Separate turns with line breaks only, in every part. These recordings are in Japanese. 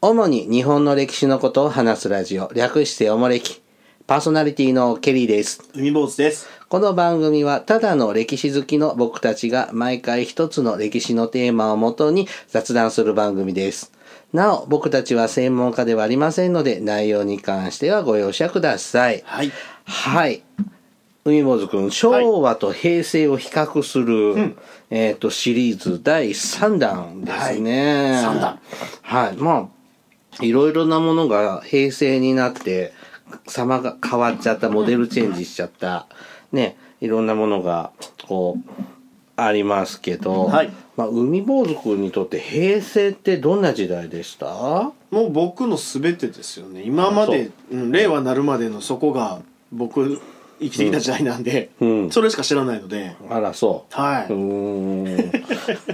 主に日本の歴史のことを話すラジオ、略しておもれき。パーソナリティのケリーです。
海坊主です。
この番組はただの歴史好きの僕たちが毎回一つの歴史のテーマをもとに雑談する番組です。なお、僕たちは専門家ではありませんので、内容に関してはご容赦ください。
はい。
はい。海坊主くん、昭和と平成を比較する、えっ、と、シリーズ第3弾ですね。
はい三弾。
はい。まあ、いろいろなものが平成になって、様が変わっちゃった、モデルチェンジしちゃった、ね、いろんなものが、こう、ありますけど、
はい
まあ、海坊主くんにとって平成ってどんな時代でした
もう僕の全てですよね。今まで、うん、令和なるまでのそこが僕生きてきた時代なんで、
うん
それしか知らないので、
あら、そう。
は
う
い。
ーん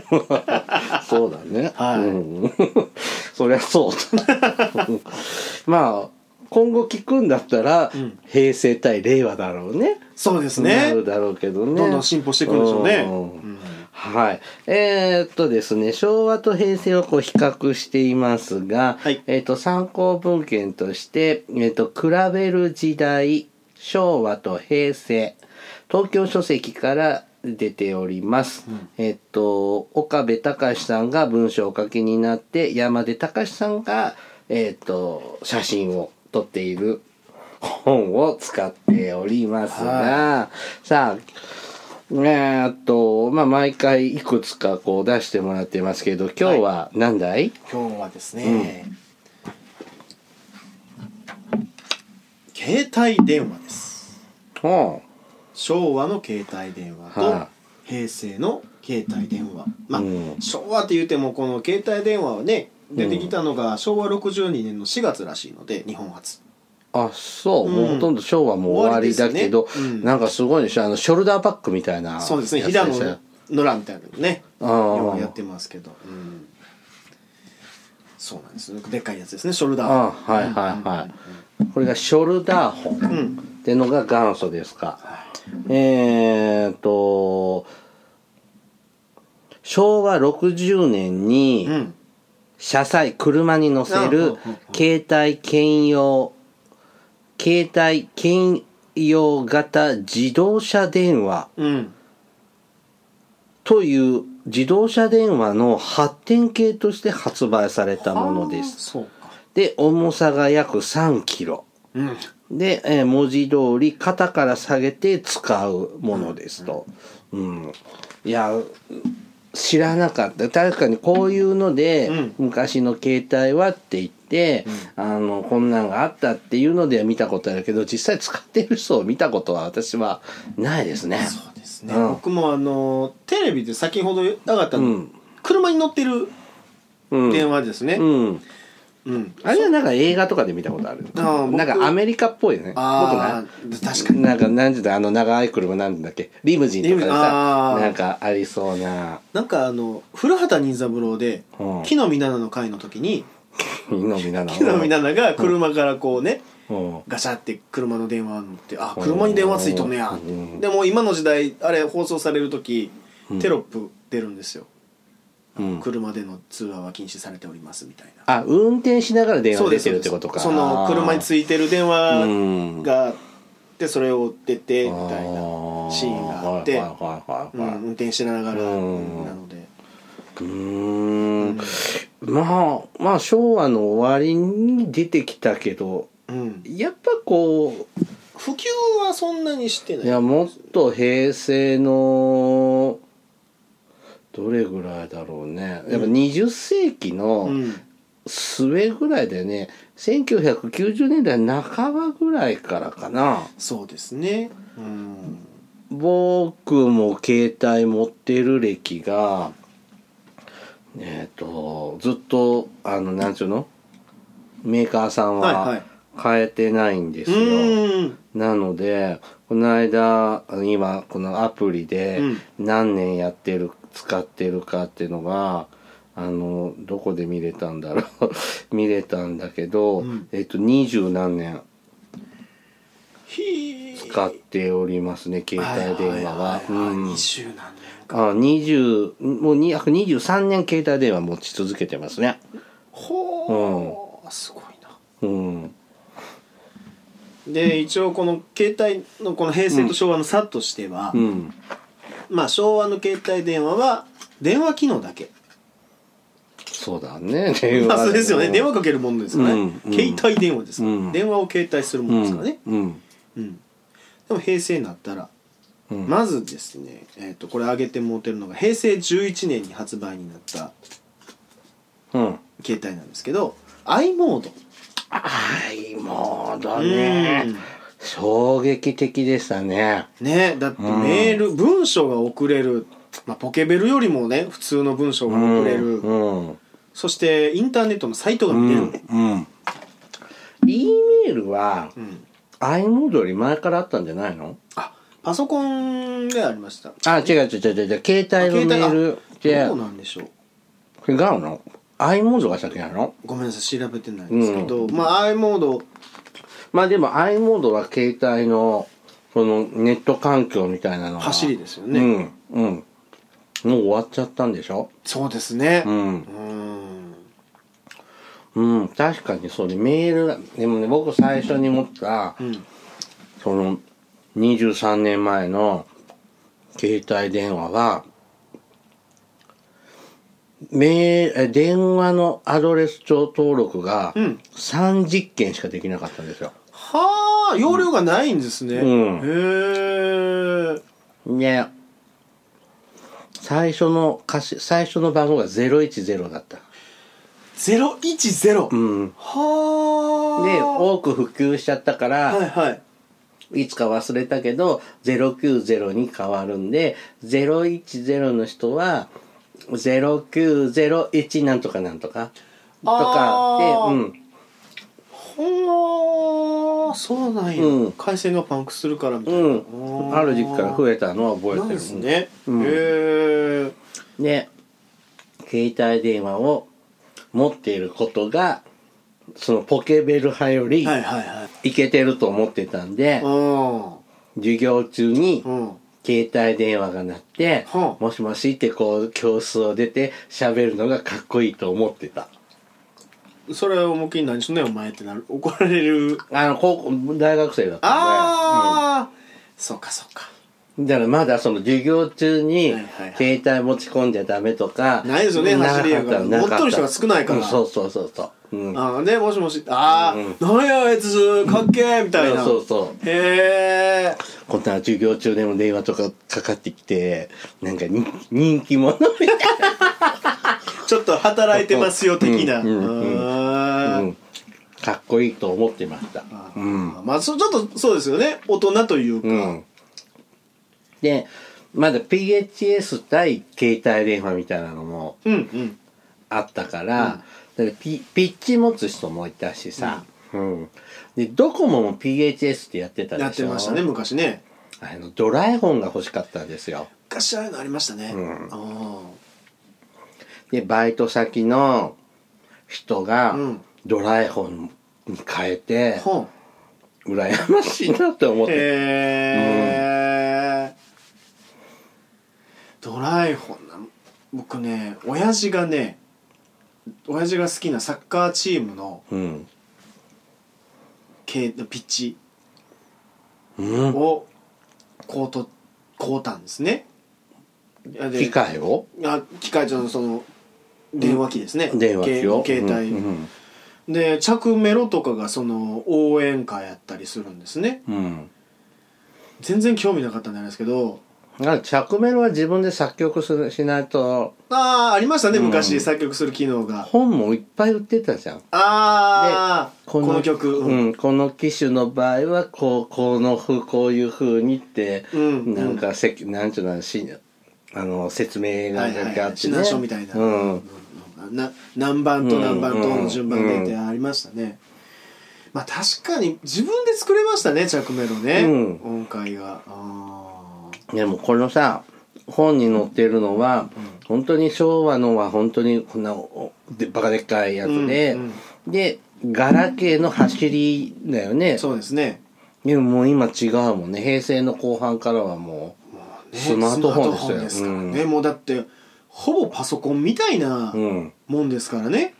そうだね。
はい
うん、 そりゃそうだ。 まあ、今後聞くんだったら、
ん
平成対令和だろうね。
そうです
な
ね。
るだろうけどね。
どんどん進歩していくんでしょうね
ん
うん
はい。えーっとですね、昭和と平成をこう比較していますが、
はい
えーっと、参考文献として、えーっと、比べる時代、昭和と平成、東京書籍から出ております。えーっと、岡部隆さんが文章をお書きになって、山出隆さんが、えーっと、写真を撮っている本を使っておりますが、さあ、えーっと、まあ、毎回いくつかこう出してもらってますけど、今日は何だい、
今日はですね、携帯電話です。
ほ
昭和の携帯電話
は
と
い
平成の携帯電話、まあ
うん
昭和って言ってもこの携帯電話はね出てきたのが昭和62年の4月らしいので日本初
うあ、そう、
うん
もうほとんど昭和も終わりだけど、
終わりですねうん
なんかすごいでしょあの、ショルダーバッグみたいな。
そうですね
やつしょ
平野ノラみたいなのね
あ
よ
ー
くやってますけど、うん、そうなんですでっかいやつですねショルダー
あーはいはいはい。これがショルダーホン。
うん
ってのが元祖ですか。えーっと、昭和60年に、
うん
車載車に乗せる
うんうん
携帯兼用携帯兼用型自動車電話
うん
という自動車電話の発展系として発売されたものです。
そうか
で、重さが約3キロ。
うん
で、えー文字通り肩から下げて使うものですと。うん。いや、知らなかった。確かにこういうので、
うん
昔の携帯はって言って、あの、こんなんがあったっていうのでは見たことあるけど、実際使ってる人を見たことは私はないですね。
そうですね、
うん
僕もあのテレビで先ほど上がった、
うん
車に乗ってる
うん。
電話ですね、
うん。
うん
あれはなんか映画とかで見たことある。
あー僕
なんかアメリカっぽいよね。僕ない
ああ確かに
なんか、なんて言うんだ、あの長い車なんだっけリムジンとかで
リムジンあ
さ、
ー
なんかありそうな。
なんかあの古畑任三郎で
うん
木の実奈々の会の時に
木の実なの。
木の実奈々が車からこうね
うん
ガシャって車の電話を持ってあ車に電話ついとんねや
うん
でも今の時代あれ放送される時テロップ出るんですよ
うん。
車での通話は禁止されておりますみたいな
あ、運転しながら電
そ
話
うで
出
す
てるってことか。
そうですその車についてる電話
い
があってそれを追っててみたいなシーンがあって
はいはいはい
うん
はいはい
運転しながらな
うん
ので
うーん。まあ、まあ、昭和の終わりに出てきたけど、
うん
やっぱこ
普及はそんなにしてな
う、
い
いや、もっと平成の、どれぐらいだろうね。やっぱ20世紀の、
うん
末ぐらいだよね1990年代半ばぐらいからかな
そうですねうん
僕も携帯持ってる歴がえっ、とずっとあのなんちゅうのメーカーさん
はいは
はい変えてないんです
う
よ、
ん
なのでこの間あの今このアプリで
うん
何年やってる使ってるかっていうのがあのどこで見れたんだろう 見れたんだけど、
うん
えっと二十何年
ひー
使っておりますね携帯電話は。
いいいい
うん
二十何年か
あ20もうに約23年携帯電話持ち続けてますね。
ほはすごいな
うん
で一応この携帯のこの平成と昭和の差としては、
うん
まあ昭和の携帯電話は電話機能だけ
そうだね電
まあそうですよね電話
か
かけるものですからね、
うんうん
携帯電話ですから、
うん
電話を携帯するものですからね、
うん
うんでも平成になったら
うん
まずですね、えー、とこれ挙げてもうてるのが平成11年に発売になった
うん
携帯なんですけど i モード
あいもうだね
うん
衝撃的でしたね
ねだってメール、文章が送れる、まあ、ポケベルよりもね普通の文章が送れる、
うん
そしてインターネットのサイトが
う
見れる、
んうん E メールは
うん
アイモードより前からあったんじゃないの
あパソコンでありました
あ違う違う違う違う携帯のメールじゃ
どうなんでしょう
違うのアイモードが先なの
ごめんなさい調べてないんですけど、まあ i モード
まあでも i モードは携帯のそのネット環境みたいなのが
走りですよね、
うんうんもう終わっちゃったんでしょ
そうですね
う
うんん
うん確かにそうでメールがでもね僕最初に持った、
ん
その23年前の携帯電話はメールえ電話のアドレス帳登録が
うん
30件しかできなかったんですよ。
はあ容量がないんですね、
うん
へえ
ね最初の歌詞最初の番号が010だった
010、
うんで
はあ
多く普及しちゃったから、
はいはい
い、つか忘れたけど090に変わるんで010の人は0901なんとかなんとかとかで
あー
うん
ほーそうなんや、
うん
回線がパンクするからみたいな、
うんある時期から増
え
えたのは覚えてる
なんですね、
ん
へえ
で携帯電話を持っていることがそのポケベル派より、
はいはいはい
いけてると思ってたんで、
う
授業中に
んうん
携帯電話が鳴って、
はあ
もしもしってこう教室を出て喋るのがかっこいいと思ってた。
それを重きに何すんねんお前ってなる怒られる
あの、高校、大学生だったんで。
ああ、そうかそうか
うんだからまだその授業中に
はいはいはい
携帯持ち込んじゃダメとか。
ないですよね
なかった
走りやから
なか
持っとる人が少ないから
うんそうそうそうそう。うん。
ああでもしもしああ、なんやあいつかっけえみたいな、
そうそう
へえ
そう。こんな授業中でも電話とかかかってきて、なんかに人気者みたいな。
ちょっと働いてますよ的な、
うんうんうん
あー
うんかっこいいと思ってました。うん。
まあそちょっとそうですよね大人というか、
うん。で、まだ PHS 対携帯電話みたいなのも
うんうん
あったから、だからピピッチ持つ人もいたしさ、うん。で、ドコモも PHS ってやってたでしょ
やってましたね。昔ね
あの、ドラえもんが欲しかったんですよ。
昔ああいうのありましたね、
ん
あ
で、バイト先の人が
うん
ドラえもんに変えて
あ、ほん
羨ましいなって思って。
へえ、ドラえもんな僕ね親父がね親父が好きなサッカーチームの
うん。
系ピッチ
うん。
をこうとこうたんですねいやで
機械を
あ機械じゃないその電話機ですね、
電話機を。
け携帯、
うん
で着メロとかがその応援歌やったりするんですね
うんうん
全然興味なかったんじゃないですけど
なんか着メロは自分で作曲するしないと
ああありましたね昔、
うん
作曲する機能が
本もいっぱい売ってたじゃん。
ああこの曲
う
うん
ん、この機種の場合はこうこの風こういう風にって、
うん
なんかせなんちゅうのしあの説明が
は
あっ
い
て
は
ね、
いはい指南書みたいな,、
うん、
な何番と何番との順番でっ
う
て
ん
ありましたね、まあ確かに自分で作れましたね着メロね、
うん
音階があー
でもこのさ本に載ってるのは、本当に昭和のは本当にこんなおでバカでっかいやつで、
うん
でガラケーの走りだよね
そうですね
でももう今違うもんね平成の後半からはもう
もうね
スマートフォンですよ
スマートからね、もうだってほぼパソコンみたいな
うん
もんですからね、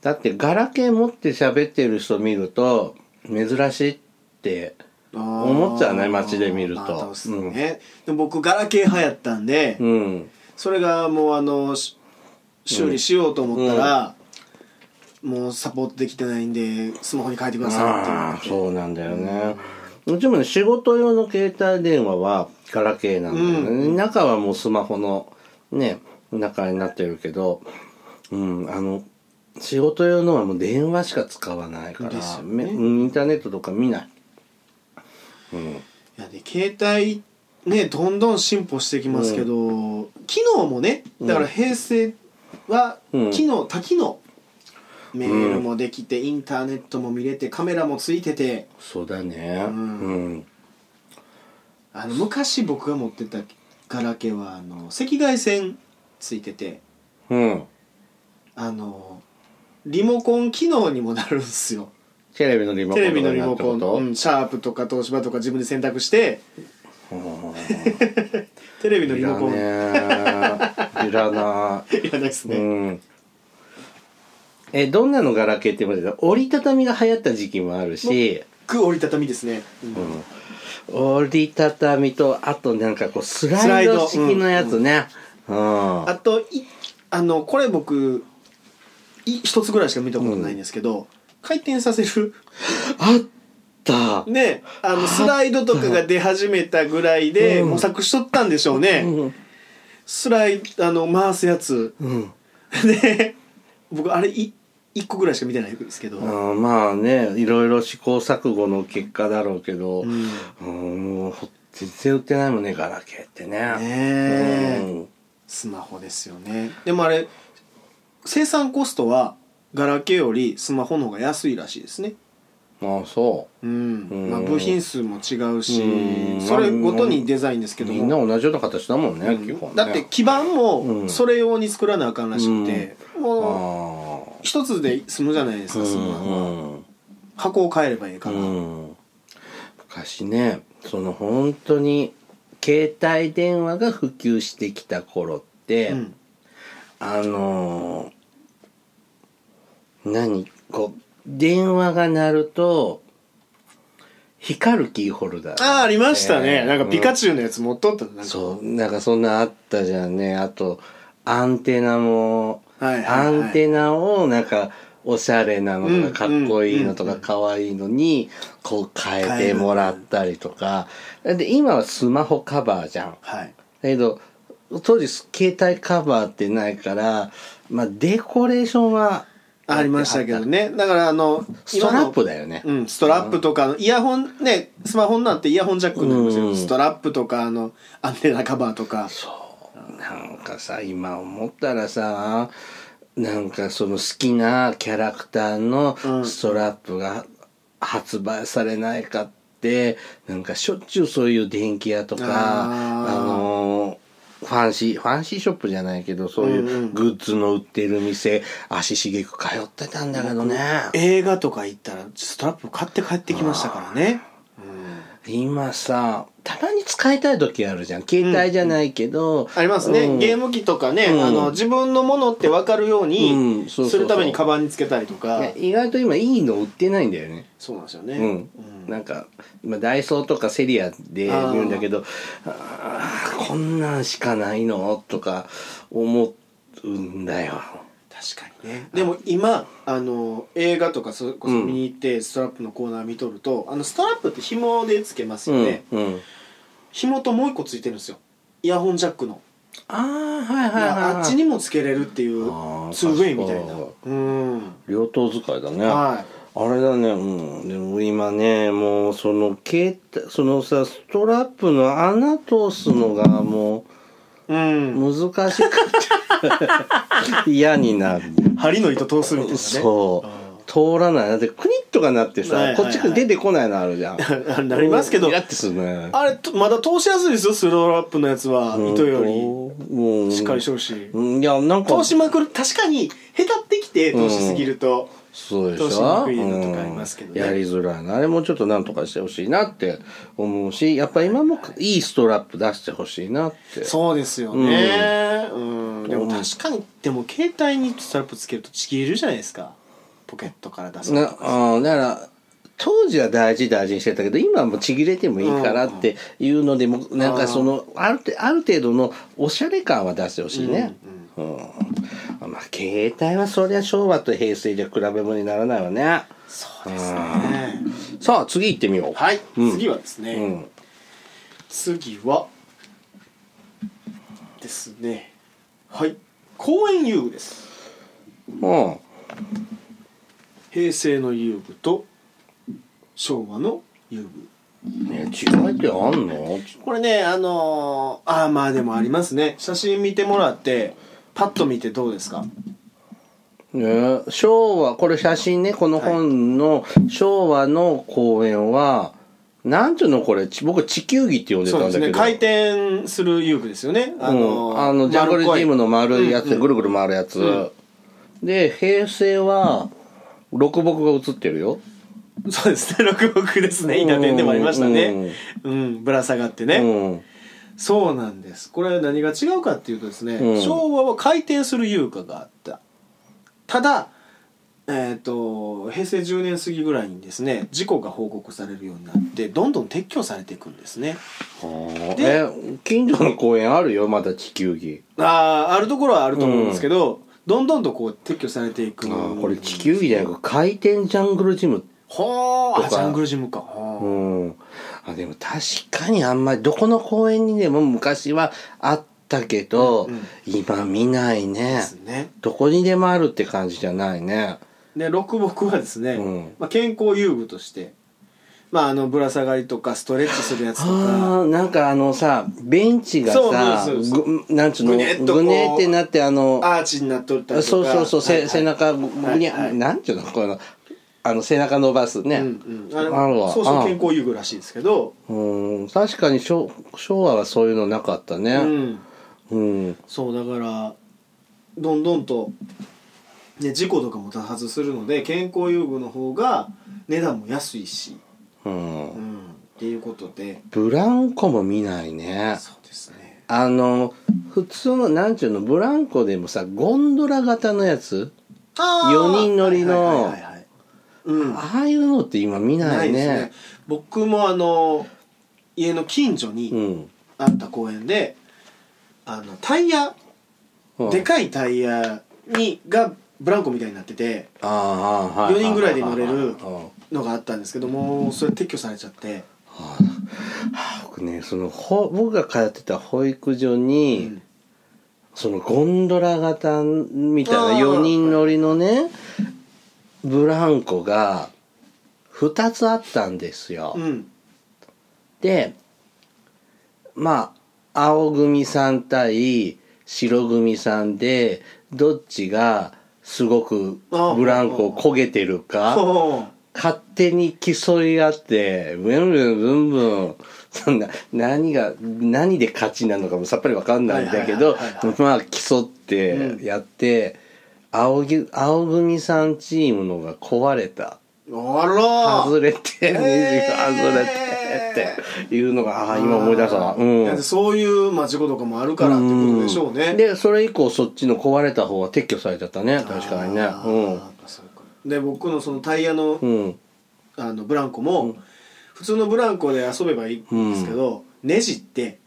だってガラケー持って喋ってる人見ると珍しいって思っちゃうね街で見ると
まあそうっすねでも僕ガラケー流行ったんで、
うん
それがもうあのし修理しようと思ったら、もうサポートできてないんでスマホに変えてください
あ
っ
あ
て
そうなんだよね、うちもね仕事用の携帯電話はガラケーなんだよね、中はもうスマホのね中になってるけどうんあの仕事用のはもう電話しか使わないから、
ですよ
め
ね
インターネットとか見ない
いやで携帯ねどんどん進歩してきますけど、機能もねだから平成は
うん
機能、多機能メールもできて、インターネットも見れてカメラもついてて
そうだねう
うんん、
うん、
あの昔僕が持ってたガラケーはあの赤外線ついててあのリモコン機能にもなるんですよ
テレビのリモコ
テ
ン
レビのリモコ
と
ン、
か
う
になっ
ん、シャープとか東芝とか自分で選 択して
たこと
テレビの
うんい
リモ
ら
コンい
ねーい らない
らないですね、
うん。え、どんなのガラケーって言われた折りたたみが流行った時期もあるし、
く折りたたみですね、うん
うん、折りたたみと、あとなんかこう、スライド
スライド
式のやつね。うん。
あといあのこれ僕い一つぐらいしか見たことないんですけど、回転させる
あった、
ねあのスライドとかが出始めたぐらいで
うん
模索しとったんでしょうね、
うん。
スライあの回すやつ
うん。
で僕あれい一個ぐらいしか見てないですけど、
あまあね、いろいろ試行錯誤の結果だろうけど、
うん
うん、もうほ全然売ってないもんね、ガラケーってね。
え
うん
スマホですよねでもあれ生産コストはガラケーよりスマホの方が安いらしいですね
まあそううん
ん、まあ、部品数も違うし
うん
それごとにデザインです
う。
けど
み
も
んな同じような形だもんね、
うん
基本ね。
だって、基板
う
も
ん
それ用に作らなあかんらしくて、
あ
もう
あ。
一つで済むじゃないですかスマホは
うん
箱を変えればいいから、
うん、昔ねその本当に携帯電話が普及してきた頃って、
うん
あのー何こう電話が鳴ると光るキーホルダー
ああありましたね、
えー
なんかピカチュウのやつ持っとったのなんか
そうなんかそんなあったじゃんねあとアンテナも、
はいはいはい
アンテナをなんかおしゃれなのとか
うん
かっこいいのと
う
か
ん
かわいいのにこう変えてもらったりとかで今はスマホカバーじゃんだ
はい
けど当時携帯カバーってないからまあデコレーションは
ありましたけどねだからあの
ストラッ
今の
プだよね
うん、ストラップとかのイヤホンねスマホになってイヤホンジャックになりますけど、
うん
ストラップとかあのアンテナカバーとか
そうなんかさ今思ったらさなんかその好きなキャラクターの
うん
ストラップが発売されないかってなんかしょっちゅうそういう電気屋とか
あ
あ
ー
のファンシーファンシーショップじゃないけどそうい
ん
う
う
うんグッズの売ってる店足しげく通ってたんだけどね
映画とか行ったらストラップ買って帰ってきましたからね、
今さたまに使いたい時あるじゃん携帯じゃないけど、
ありますね、
うん
ゲーム機とかね、
うん
あの自分のものって分かるよう
うん
に
そうそうそう
するためにカバンにつけたりとか、
ね意外と今いいの売ってないんだよね
そうなんですよね、
うん
うん
なんか今ダイソーとかセリアで見るんだけどあーこんなんしかないのとか思うんだよ
確かにねでも今あの映画とかそれこそ見に行ってストラップのコーナー見とると、あのストラップって紐でつけますよね、
うんうん、
紐ともう一個ついてるんですよイヤホンジャックの、
ああはいはいはい、はい、
あっちにもつけれるっていう
あー
ツーウェイみたいな
確か
うん
両頭使いだね
は
あれだねうんでも今ねもうその携帯そのさストラップの穴通すのがも
い、うん、
う難しく て嫌になる
針の糸通すみたいなね
そう
うん
通らないだってクニッとかなってさ、
はいはいはい
こっちから出てこないのあるじゃん
なりますけど
イラッてするね
あれとまだ通しやすいですよスローラップのやつは糸より
もう
しっかりしてほしい
うんいやなんか
通しまくる確かにへたってきて通しすぎると、
そうでしょ
通しにくいのとかありますけどね
うんやりづらいなあれもちょっとなんとかしてほしいなって思うしやっぱ今もいいストラップ出してほしいなって
そうですよねうん、でも確かにでも携帯にストラップつけるとちぎれるじゃないですかポケットから出すと
な
か
うんだから当時は大事大事にしてたけど今はもうちぎれてもいいからっていうのでもなんかそのあるてある程度のおしゃれ感は出してほしいね、うんまあ携帯はそりゃ昭和と平成じゃ比べ物にならないわね
そうですね
さあ次行ってみよう
はい、
うん
次はですね、
うん
次はですねはい公園遊具です
うん
平成の遊具と昭和の遊具
ね違いってあんの
これねあのー、ああまあでもありますね写真見てもらってパッと見てどうですか
ね昭和これ写真ねこの本の昭和の公演はなんていうのこれち僕地球儀って呼んでた
そ
ん
う
だ
で
けど
すね回転する遊具ですよねあ
あの,、
のー
あのジャングルチームの丸いやつ
うんう
で
ん
ぐるぐる回るやつ、
うん
で平成は六木が映ってるよ
そうですね六木ですね板点でもありましたねうん、ぶら下がってね、
うん
そうなんですこれ何が違うかっていうとですね、
うん
昭和は回転する遊歌があったただえっ、と平成10年過ぎぐらいにですね事故が報告されるようになってどんどん撤去されていくんですね
え近所の公園あるよまだ地球儀
あああるところはあると思うんですけど、どんどんとこう撤去されていく
あーこれ地球儀じゃなく回転ジャングルジム
ほーあ
と
ジ
か
ャングルジムか、ほー
うんあでも確かにあんまりどこの公園にでも昔はあったけど、
うんうん
今見ないね
ですね
どこにでもあるって感じじゃないね
で六木はですね、
うん
まあ、健康遊具としてまああのぶら下がりとかストレッチするやつとか
あーなんかあのさベンチがさ
そうそうそう
ぐなんつうの
ぐねっとこう
ぐねってなってあの
アーチになっとったりとか
そうそうそう、せ
はいはい
背中ぐぐにゃ、
はいはい
なんちゅうのこのあの背中伸ばすね、
うんうん、あれ
あるわ
そうそう
あ
健康遊具らしいですけど、
うん確かに昭昭和はそういうのなかった
う
ね
ん、
うん、
そうだからどんどんと、ね、事故とかも多発するので健康遊具の方が値段も安いし、
うん
うん、っていうことで
ブランコも見ないね
そうですね
あの普通のなんちゅうのブランコでもさゴンドラ型のやつー四人乗りの
はいはいはいはいうん、
ああいうのって今見な
ないい
ね
ですね僕もあの家の近所にあった公園で、あのタイヤ
うん、うん
でかいタイヤにがブランコみたいになってて
あーあーは
四人ぐらいで乗れる
うん
のがあったんですけどもうそれ撤去されちゃって、
はあはあ僕ねそのほ僕が通ってた保育所に、
うん
そのゴンドラ型みたい
あ
な
ー
4人乗りのねブランコが2つあったんですよ。
うん
でまあ青組さん対白組さんでどっちがすごくブランコ焦げてるか。
ほ
勝手に競い合ってブンブンブンブンそんな何が何で勝ちなのかもさっぱりわかんないんだけど
はいはいはいは
まあ競ってやって、青ぎ青組さんチームのが壊れた
うあら
外れて
へー
ネジが外れてっていうのがああ今思い出したわう
だって
ん。
そういうまあ事故とかもあるからってことでしょうね、
んでそれ以降そっちの壊れた方は撤去されちゃったね確かにね
あーそうかで僕のそのタイヤの,、
うんうん
あのブランコも、普通のブランコで遊べばいいんですけど、ネジって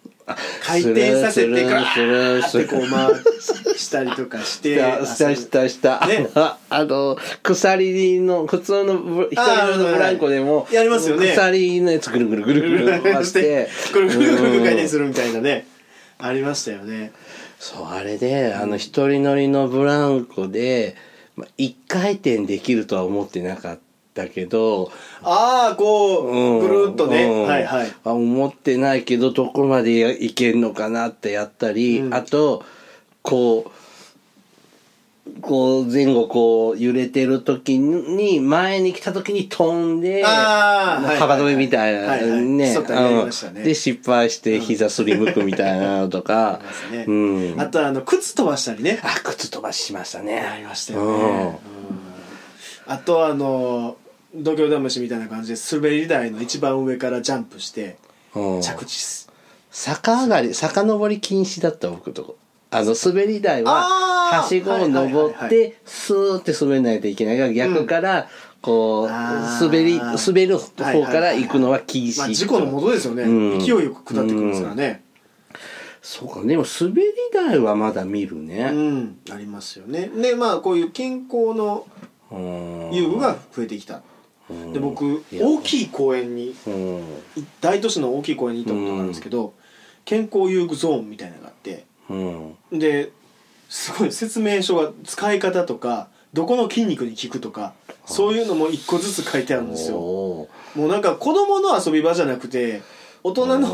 回転させ
するす
て
る
ガーっ
する
てこ う回したりとかして
したしたした、
ね
ああの鎖の普通のブ一人乗りのブランコでも
やりますよね
鎖のやつぐるぐるぐるぐる回し
しててくるくるくる回転
る
するみたいなねありましたよね
そうあれであの一人乗りのブランコで、まあ、一回転できるとは思ってなかったけど、
ああこ
うん
うぐるっとね、
うん
はいはい
あ思ってないけどどこまでやいけんのかなってやったり、
うん
あとこうこう前後こう揺れてる時に前に来た時に飛んで
あーはいはいはい
幅跳びみたい
は
ない
はい
ね
そう
う
だね
ん
やりましたね
で失敗して膝すりむくみたいなのとか
ありますね
うん、
あとあの靴飛ばしたりね
あ靴飛ばししましたね
ありましたよね、うんあとあの度胸試しみたいな感じで滑り台の一番上からジャンプして
うんうん
着地す
逆上がり坂登り禁止だった僕とこあの滑り台は
あー
はしごを登
はいはい
っ
はい
てスーって滑らないといけないが逆からこう
あー
滑り滑る方から行くのは禁止、
まあ、事故のもとですよね、
うん
勢いよく下ってくるんですからね
そうかでも滑り台はまだ見る
うん、
ね
ありますよねでまあこういう健康の
うん
遊具が増えてきた、で僕
いや
大きい公園に
うん
大都市の大きい公園に行ったことがあるんですけど、健康遊具ゾーンみたいなのがあって
うん
ですごい説明書が使い方とかどこの筋肉に効くとかそういうのも一個ずつ書いてあるんですよ
おー
もうなんか子供の遊び場じゃなくて大人の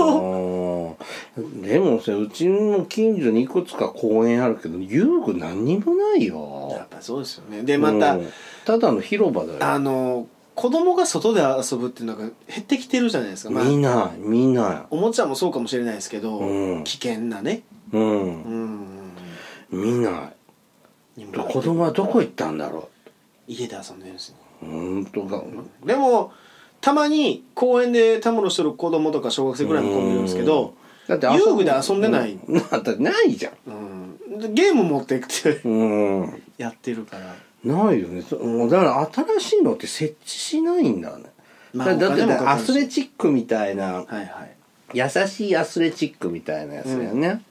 うんでもさうちの近所にいくつか公園あるけど遊具何にもない
や
よ
っぱそうですよねでまた、
うんただの広場だよ
あの子供が外で遊ぶっていうのが減ってきてるじゃないですか、まあ、
見ない見な
おもちゃもそうかもしれないですけど、
うん
危険なね
いうん
うん
見ない
にもなって
子供はどこ行ったんだろ
家で遊んでるんですよ
う本当だ
でもたまに公園でたむろしてる子供とか小学生ぐらいの子もいるんですけど、
だって
遊具で遊んでない
うんだってないじゃん
うんでゲーム持ってきて
うん
やってるから
ないよねそだから新しいのって設置しないんだね、
まあ
だだって
お金もかか
ア
るし
スレチックみたいな
はいはい
優しいアスレチックみたいなやつだよね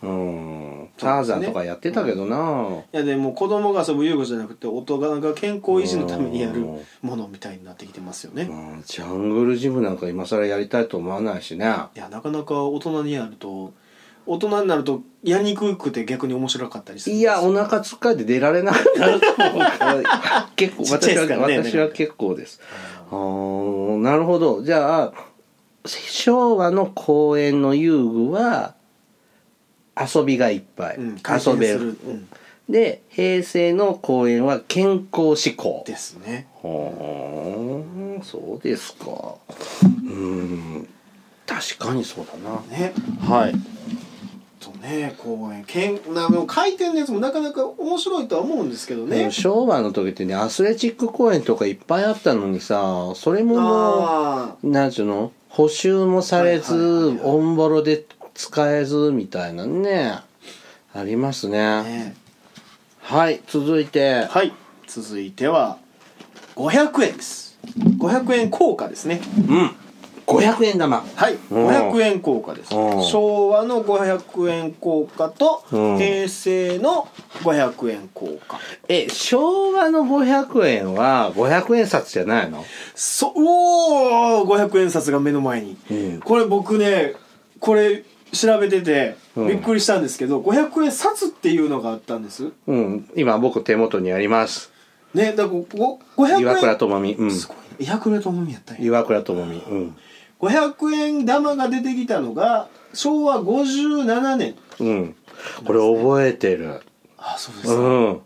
うん、ターザンとかやってたけどな、
いやでも子供が遊ぶ遊具じゃなくて大人が健康維持のためにやる
うん
ものみたいになってきてますよね、い
うんジャングルジムなんか今更やりたいと思わないしね
やなかなか大人になると大人になるとやりにくくて逆に面白かったりするん
い
ですよ
やお腹つっかえて出られなくなると思うから結構
ちっちゃ
私
いです
は、
からね
私は結構ですあーなるほどじゃあ昭和の公園の遊具は遊びがいっぱい、
うん
遊べる、
うん
で平成の公園は健康志向
ですね
はあそうですかうん確かにそうだな
ね
はい
とね公園けんなもう回転のやつもなかなか面白いとは思うんですけど
で
ね
も昭和の時ってねアスレチック公園とかいっぱいあったのにさそれもも
あ
うなんちゅうの補修もされず、
はいはいはいはい
オンボロで使えずみたいなねあります
あ、
ね
ね、
はい続いて、
はい続いては500円です500円硬貨ですね
うん500円玉
はい
うん
500円硬貨です
うん
昭和の500円硬貨と
うん
平成の500円硬貨
え昭和の500円は500円札じゃないの
そうおー500円札が目の前に、
うん
これ僕ねこれ調べてて
うん
びっくりしたんですけど、500円札っていうのがあったんです
うん今僕手元にあります
ねだからここ500円
岩倉智美うん
すごいな岩倉智美やったんや
岩倉智美うん
500円玉が出てきたのが昭和57年
うんこれ覚えてる
あそうですか、
うん、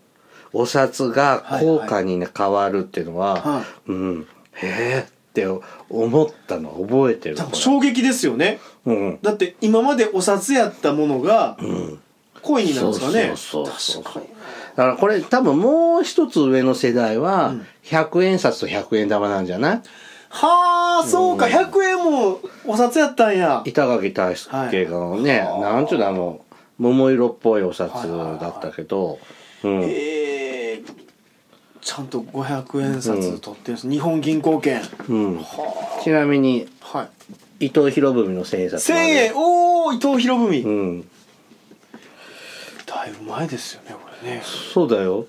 お札が硬貨にね変わるっていうのは、
はい
うん、へえって思ったの覚えてる
多分
こ
衝撃ですよね
れ、うん、
だって今までお札やったものが恋になるんですかね
そうそうそう
確かに
だからこれ多分もう一つ上の世代は
ん
100円札と100円玉なんじゃない
はあそうか100円もお札やったんや
板垣大輔のね、
はい
なんちゅうのあの桃色っぽいお札だったけど、うん、
ええちゃんと500円札取ってるんです、日本銀行券
うん、
は
ちなみに
あはい
伊藤博文の千円札
1000
はね
円おお伊藤博文、
うん
だいぶ前ですよねこれね
そうだよ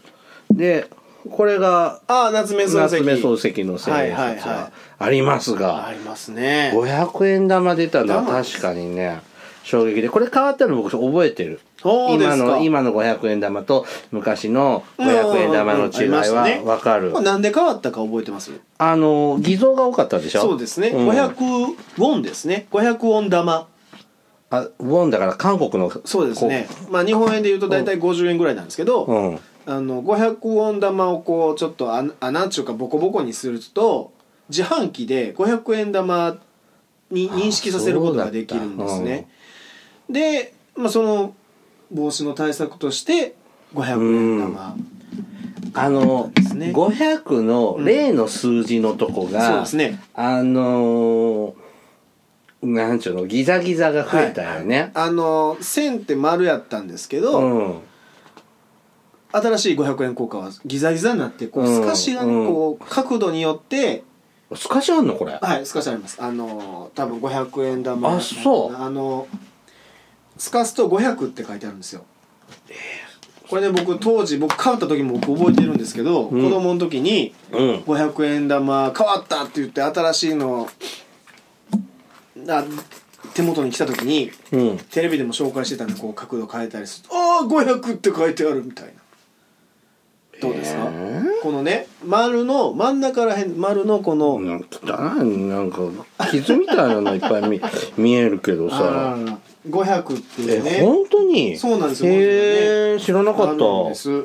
でこれが
ああ夏目漱石
夏目漱石の千円
はい
札
はいは
はいあります
あ
が、
りますね
500円玉出たのは
玉です
確かにね衝撃でこれ変わったの僕覚えてる
そうですか
今の今の500円玉と昔の500円玉の違いは分かる、
これなんで変わったか覚えてます
あの偽造が多かったでしょ
そうですね、
ん
500ウォンですね500ウォン玉
あウォンだから韓国の
そうですねまあ日本円で言うと大体50円ぐらいなんですけど、
こううん
あの500ウォン玉をこうちょっと穴穴っちゅうかボコボコにすると自販機で500円玉に認識させることができるんですね、で、まあ、その防止の対策として500円玉
あの
ですね
500の0の数字のとこ
そう
が、
ですね
あのーなんちゅうのギザギザが増えたよね、
あの線って丸やったんですけど、
うん
新しい500円硬貨はギザギザになってこう
うん
透かしがね
うん
こう角度によって、
透かしあんのこれ
はい透かしありますあの多分500円玉
あそう
あの透かすと500って書いてあるんですよこれね僕当時僕買った時も僕覚えてるんですけど、
ん
子供の時に
うん
500円玉変わったって言って新しいのあ手元に来た時に
うん
テレビでも紹介してたんでこう角度変えたりすると「ああ500」って書いてあるみたいなどうですか、
え
このね丸の真ん中らへん丸のこの、
なんか汚いなんか傷みたいなのいっぱい見 見えるけど
あ
さ
ー500ってい
え
うね
本当に
そうなんですよ
へえ知らなか
あ
っ
るんで
た
す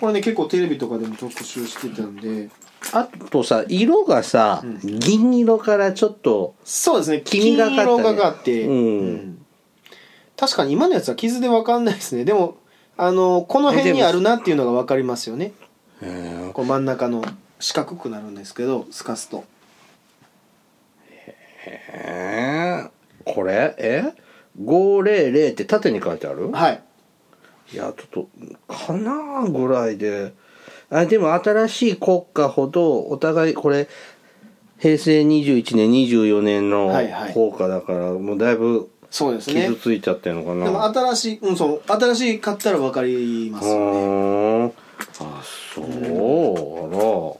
これね結構テレビとかでも特集してたんで
あとさ色がさ、銀色からちょっと
そうですね
黄身がかったね
金色がかって、
うん
確かに今のやつは傷で分かんないですねでもあのこの辺にあるなっていうのが分かりますよね
へえ
こう真ん中の四角くなるんですけど透かすと
えーこれえ500って縦に書いてある
はい
いやちょっとかなあぐらいであでも新しい国家ほどお互いこれ平成21年24年の
はいはい
効果だから、もうだいぶ
そうですね
傷ついちゃってるのかな
でも新しい、うん、そう新しい買ったら分かりますよね
うーんあそ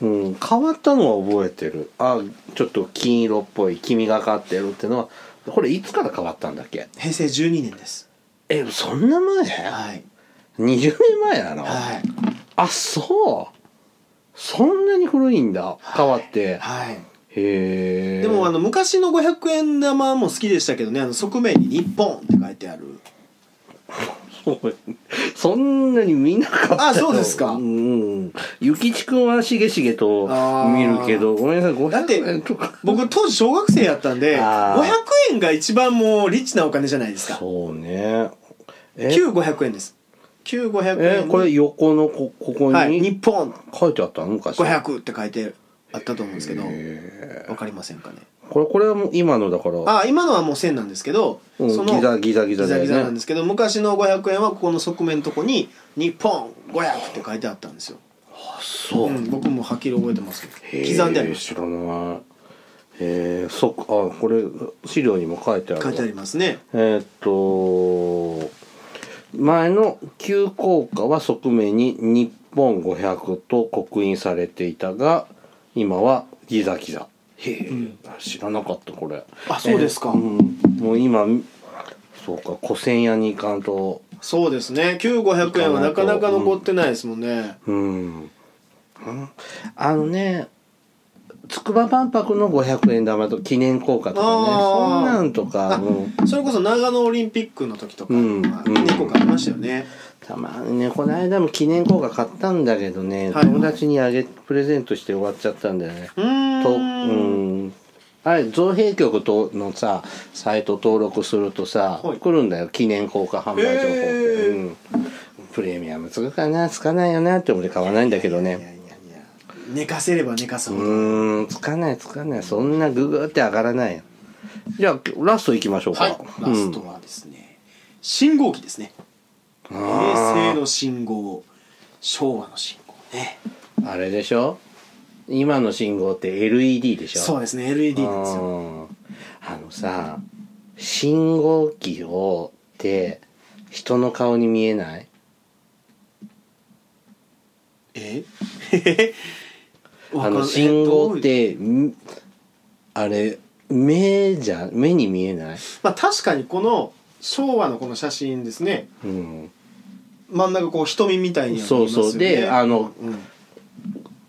うあら、うん、変わったのは覚えてるあちょっと金色っぽい黄身がかってるってのはこれいつから変わったんだっけ
平成12年です
えそんな前
はい
20年前なの、
はい
あそうそんなに古いんだ変わって、
はい
へえ
でもあの昔の500円玉も好きでしたけどねあの側面に「日本」って書いてある
そう そんなに見なかったよ
あそうですか
うん諭吉君はしげしげと
あー
見るけどごめんなさい
だって
500円とか
僕当時小学生やったん で
あー
500円が一番もうリッチなお金じゃないですか
そうねえ
旧500円です旧500円
え
に
これ横のこここ
はい「日
に
本
書いてあったの昔
500」って書いてあったと思うんですけど
へ
分かりませんかね
これこれはもう今のだから
あ今のはもう線なんですけど、
うん
その
ギザギザギザだよね
ギザなんですけど昔の500円はここの側面のとこに「日本500」って書いてあったんですよ、、
そううん
僕もはっきり覚えてます
へ
け
ー
ど刻んであります
知らないえー、そっかあこれ資料にも書いてあるわ
書いてありますね
えーっと前の旧硬貨は側面に日本500と刻印されていたが今はギザギザへえ、知らなかったこれ
あそうですか
えーうん、もう今そうか古銭屋に行かんと
そうですね旧500円はなかなか残ってないですもんね、
うんあのね筑波万博の500円玉と記念硬貨とかね
あー
そんなんとか
あ
もう
それこそ長野オリンピックの時とか、
うん
まあ
うん
猫がありましたよね、
たまにねこの間も記念硬貨買ったんだけどね、
はい
友達にあげプレゼントして終わっちゃったんだよね。
うーん
とうんあれ造幣局とのさサイト登録するとさ、
はい
来るんだよ記念硬貨販売情報って、
へー
うん、プレミアムつくかなつかないよなって俺買わないんだけど
い
ね
やいやいや寝かせれば寝かす
う
ほど、
ーんつかないつかないそんなググーって上がらないよじゃあラストいきましょうか、
はいラストはですね、信号機ですね
うん
平成
あ
の信号昭和の信号ね
ーあれでしょ今の信号って LED でしょ
そうですね LED なんですよ
うんあのさ信号機をって人の顔に見えない
ええ
あの信号っ、てんあれ目じゃ目に見えない、
まあ、確かにこの昭和のこの写真ですね
うん、
真ん中こう瞳みたいには見えますよ
そうそうであの
うん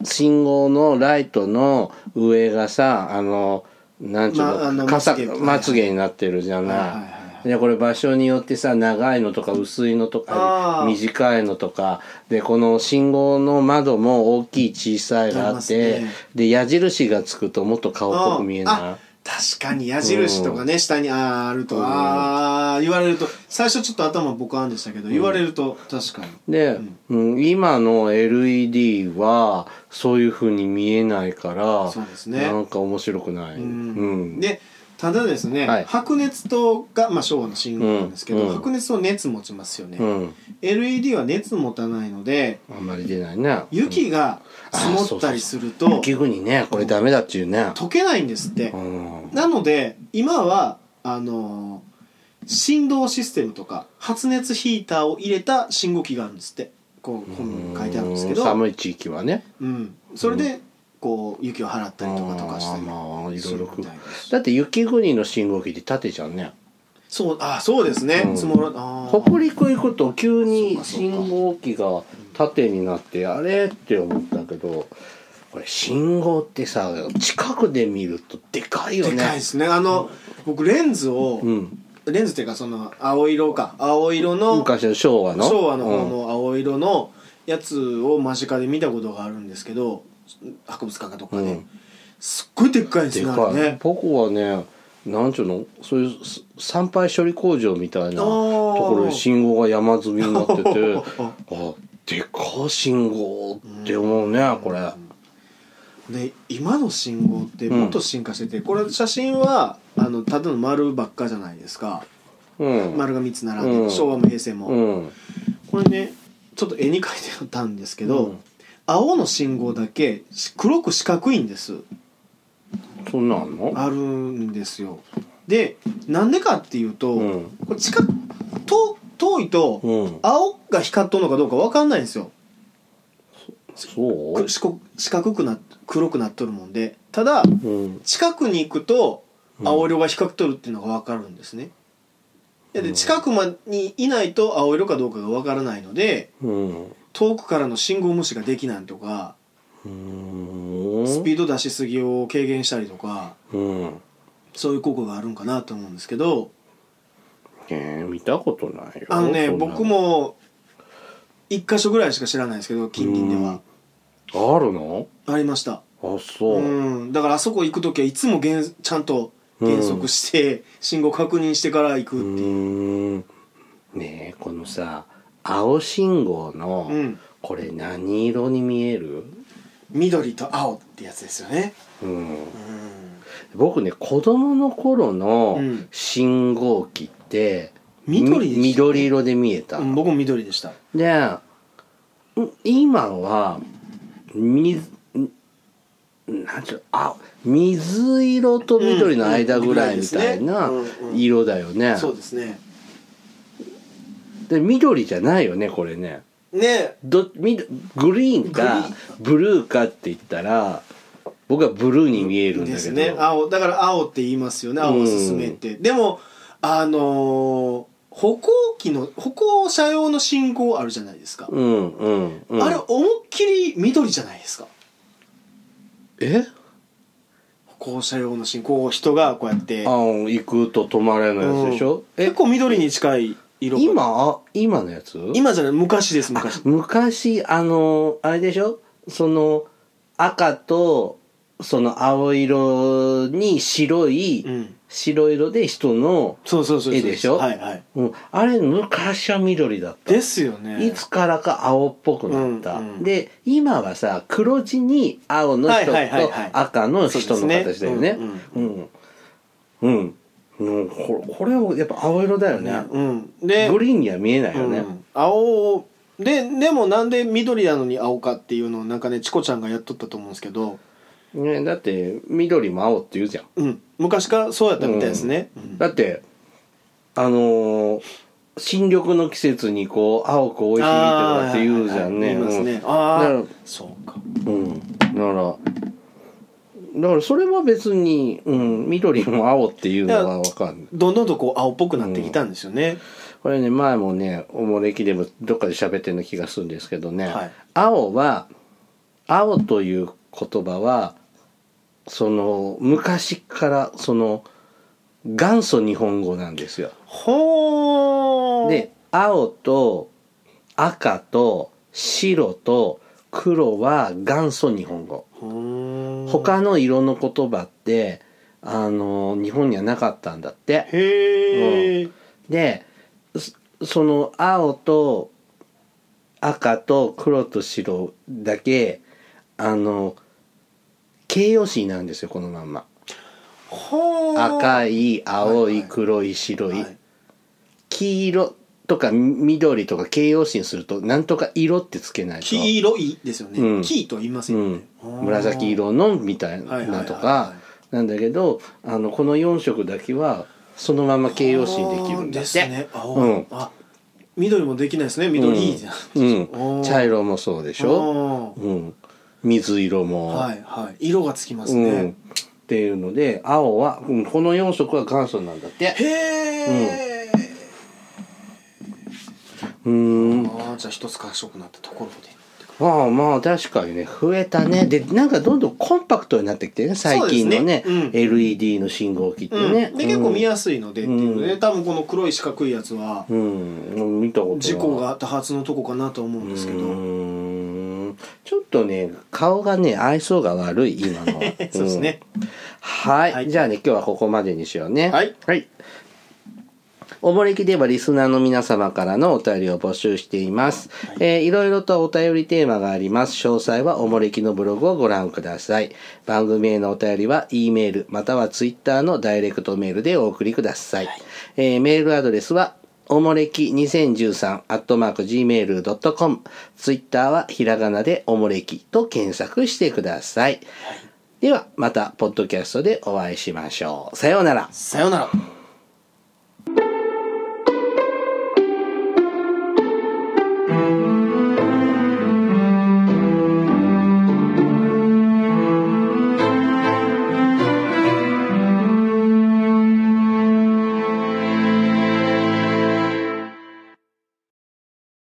信号のライトの上がさあのなんちゅう
まああ
の,、
の
かさ
まつげ
まつげになってるじゃない。
はいはいはいはい
でこれ場所によってさ長いのとか薄いのと
あ
か
ー
短いのとかでこの信号の窓も大きい小さいがあ
あり
っ
ま
て
すね
で矢印がつくともっと顔っぽく見え
あ
な
確かに矢印とかね、下にあーあると、ああ言われると最初ちょっと頭ボカーンでしたけど、言われると確かに
いで、うん、今の LED はそういう風に見えないから
そうですね
なんか面白くない、
う
うんん
でただですね、
はい
白熱灯が、まあ、昭和の信号なんですけど、
うんうん
白熱灯熱持ちますよね、
うん。
LED は熱持たないので
あんまり出ないね。
雪が積もったりすると
結局にね、これダメだっていうね。
溶けないんですって
う、ん。
なので今はあのー振動システムとか発熱ヒーターを入れた信号機があるんですってこう本に書いてあるんですけど、
う
うん
寒い地域はね。
それでこう雪を払ったりとかとかしたり
あーまあい
す
ろい
る
ろ
みたいです
だって雪国の信号機って縦じゃんね。
そうあそうですね、
うん
積もらあー
北陸行くと急
そう
に
かそうか
信号機が縦になってあれって思ったけどこれ信号ってさ近くで見るとでかいよ
でかい
ね
で。すねあの、僕レンズを、
うん、
レンズっていうかその青色か青色の
昔の昭和の
昭和の方の青色のやつを間近で見たことがあるんですけど博物館かどっかで、
うん
すっごいでっかいん
うん
です
で
よねあれ
かい
ね
僕はねなんちゅうのそういうす産廃処理工場みたいなと
あー
ころで信号が山積みになって て
あ
あでかい信号って思うねこれ。
で今の信号ってもっと進化してて、これ写真はあのただの丸ばっかじゃないですか
うん、
丸が3つ並んで、
うん
昭和も平成も、
うん
これねちょっと絵に描いてあったんですけど、
うん
青の信号だけし黒く四角いんです
そんなんあんの
あるんですよでなんでかっていうと、
うん
これ近く遠遠いと
うん
青が光っとるのかどうか分かんないんですよ
そう
く四角四角くなっ黒くなっとるもんでただ
うん
近くに行くと
うん
青色が光っとるっていうのが分かるんですねいやで近くまにいないと青色かどうかが分からないので
うん
遠くからの信号無視ができないとか
うーん
スピード出しすぎを軽減したりとか
うんね
そういう効果があるんかなと思うんですけど
え見たことないよ
あのね
そんな
僕も一箇所ぐらいしか知らないですけど近隣では
あるの
ありました
あそう、
うんだからあそこ行く時はいつも減ちゃんと減速して信号確認してから行
う
くっていう
ーんねえこのさ青信号の、
うん
これ何色に見える
緑と青ってやつですよね
うん
うん
僕ね子供の頃の
うん
信号機って、
緑で
み
したね
緑色で見えた、
うん僕も緑でした
でん今は水んなんちゅうあ水色と緑の間ぐらいみたいな
うんうんうんうん
色だよね、
そうですね
で緑じゃないよねこれね
ね
どみどグリーンかブルーかって言ったら僕はブルーに見えるんだ
で
け
す
ど、
ね青だから青って言いますよね青を進めってでもあのー歩行機の歩行者用の信号あるじゃないですか
うんうん、うん、
あれ思いっきり緑じゃないですか
え
歩行者用の信号人がこうやって
あ行くと止まれのやつでしょ、
うん
え
結構緑に近い色
今あ今のやつ
今じゃない昔です昔
昔あのあれでしょその赤とその青色に白い、
うん
白色で人の、
そうそうそうそう
絵でしょ
はいはい
うん、あれ昔は緑だった、
ですよね
いつからか青っぽくなった、
うんうん
で今はさ黒地に青の人と
はいはいはいはい
赤の人の形だよね
そうで
うんうん、うん、これこれはやっぱ青色だよね
うんで
グリーンには見えないよね、
うん青をででもなんで緑なのに青かっていうのをなんかねチコちゃんがやっとったと思うんですけど
ねだって緑も青って言うじゃん
うん昔からそうやったみたいですねうん
だってあのー新緑の季節にこう青く生い茂ってとかって言うじゃんね。
あーはいはいはい言いますね
うん
あ
だから
あそうか
うん。だから、だからそれは別に、うん、緑も青っていうのはわかんない。
どんどんとこう青っぽくなってきたんですよね
これね、前もね、おもれきでもどっかで喋ってる気がするんですけどね、
はい
青は、青という言葉は、その、昔から、その、元祖日本語なんですよ。
ほー
で青と赤と白と黒は元祖日本語
ほー
他の色の言葉ってあの日本にはなかったんだって
へえ
でそその青と赤と黒と白だけあの形容詞なんですよこのまんま
ほー
赤い青
はい
い
はい
黒い白い、
はい
黄色とか緑とか形容詞にするとなんとか色ってつけないと、
黄色いですよね、
うん
黄と言います
う
よ
ん
ね、、
紫色のみたい
はいはいは
ないと
は
かなんだけどあのこの4色だけはそのまま形容詞にできるんだ
で
っ
す
て、
ね青、
うん
あ緑もできないですね緑じゃ
うん、茶
色
色もそうで
で
しょ、うん、水色も、
はいはい色がつきます
う
ね、
ん、っていうので青は、うん、この4色は元祖なんだって
へえ、
うーん
ああじゃあ一つ賢くなったところで
まあまあ確かにね増えたねでなんかどんどんコンパクトになってきてね最近のね
そうですねうん
LED の信号機ってね、
うん、で結構見
や
やすいのでっていうね、
う
多分この黒い四角いやつは
うん、うん、見たことない
事故が多発のとこかなと思うんですけど、
うーんちょっとね顔がね愛想が悪い今のは
そうですね、
はい、
はい
じゃあね今日はここまでにしようね
はい、
はい、おもれきではリスナーの皆様からのお便りを募集しています、い、えーいろいろとお便りテーマがあります詳細はおもれきのブログをご覧ください番組へのお便りは E メールまたは Twitter のダイレクトメールでお送りください、えーメールアドレスはおもれき2013アットマーク Gmail.com ツイッターはひらがなでおもれきと検索してください。ではまたポッドキャストでお会いしましょう。さようなら。
さようなら